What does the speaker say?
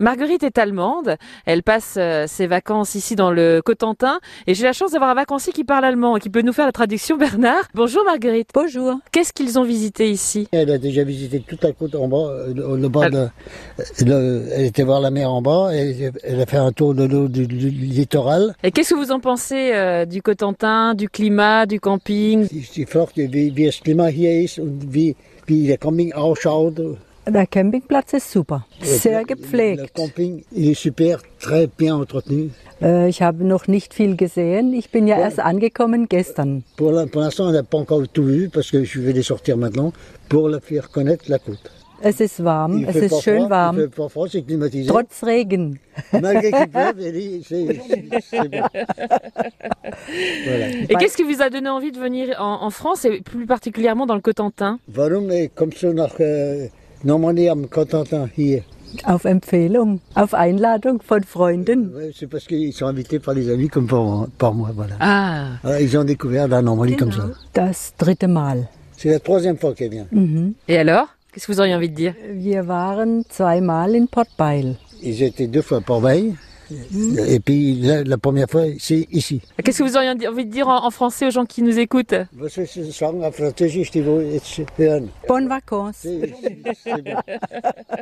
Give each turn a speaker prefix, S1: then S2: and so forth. S1: Marguerite est allemande, elle passe euh, ses vacances ici dans le Cotentin et j'ai la chance d'avoir un vacancier qui parle allemand et qui peut nous faire la traduction Bernard. Bonjour Marguerite,
S2: Bonjour.
S1: qu'est-ce qu'ils ont visité ici
S3: Elle a déjà visité toute la côte en bas, euh, le, le bas de, euh, le- elle était voir la mer en bas, elle, elle a fait un tour de l'eau du, du littoral.
S1: Et qu'est-ce que vous en pensez euh, du Cotentin, du climat, du camping
S3: Sie fragte, wie, wie das Klima hier ist und wie, wie der Camping ausschaut.
S2: Der Campingplatz ist super. Sehr
S3: Le
S2: gepflegt.
S3: camping, il est super, très bien entretenu.
S2: Äh, ich habe noch nicht viel gesehen. Ich bin ja erst angekommen gestern.
S3: Pour l'in- pour l'instant, on n'a pas encore tout vu parce que je vais les sortir maintenant pour la faire connaître la côte.
S2: Es ist warm.
S3: Il
S2: Es
S3: fait pas
S2: ist schön
S3: froid, il fait
S2: ah, warm.
S3: pas froid, c'est climatisé.
S2: Trotz Regen.
S3: Malgré qu'il pleuve, elle dit, c'est c'est- c'est bon. Voilà.
S1: Et qu'est-ce qui vous a donné envie de venir en, en France et plus particulièrement dans le Cotentin
S3: Warum äh, kommst du nach äh, Normandie am Cotentin hier?
S2: Auf Empfehlung. Auf Einladung von Freunden.
S3: Ouais, C'est parce qu'ils sont invités par les amis comme par moi. par moi, voilà.
S1: Ah
S3: Alors, ils ont découvert la Normandie comme ça.
S2: Das dritte Mal.
S3: C'est la troisième fois qu'elle vient.
S1: Et alors Qu'est-ce que vous auriez envie de dire
S2: Wir waren zweimal in Portbeil.
S3: Ils étaient deux fois à Port-Bail. Et puis la, la première fois, c'est ici.
S1: Qu'est-ce que vous auriez envie de dire en, en français aux gens qui nous écoutent
S3: Was willst du sagen auf Französisch, die wollen jetzt hören?
S2: Bon Vacances.
S3: C'est- c'est bon.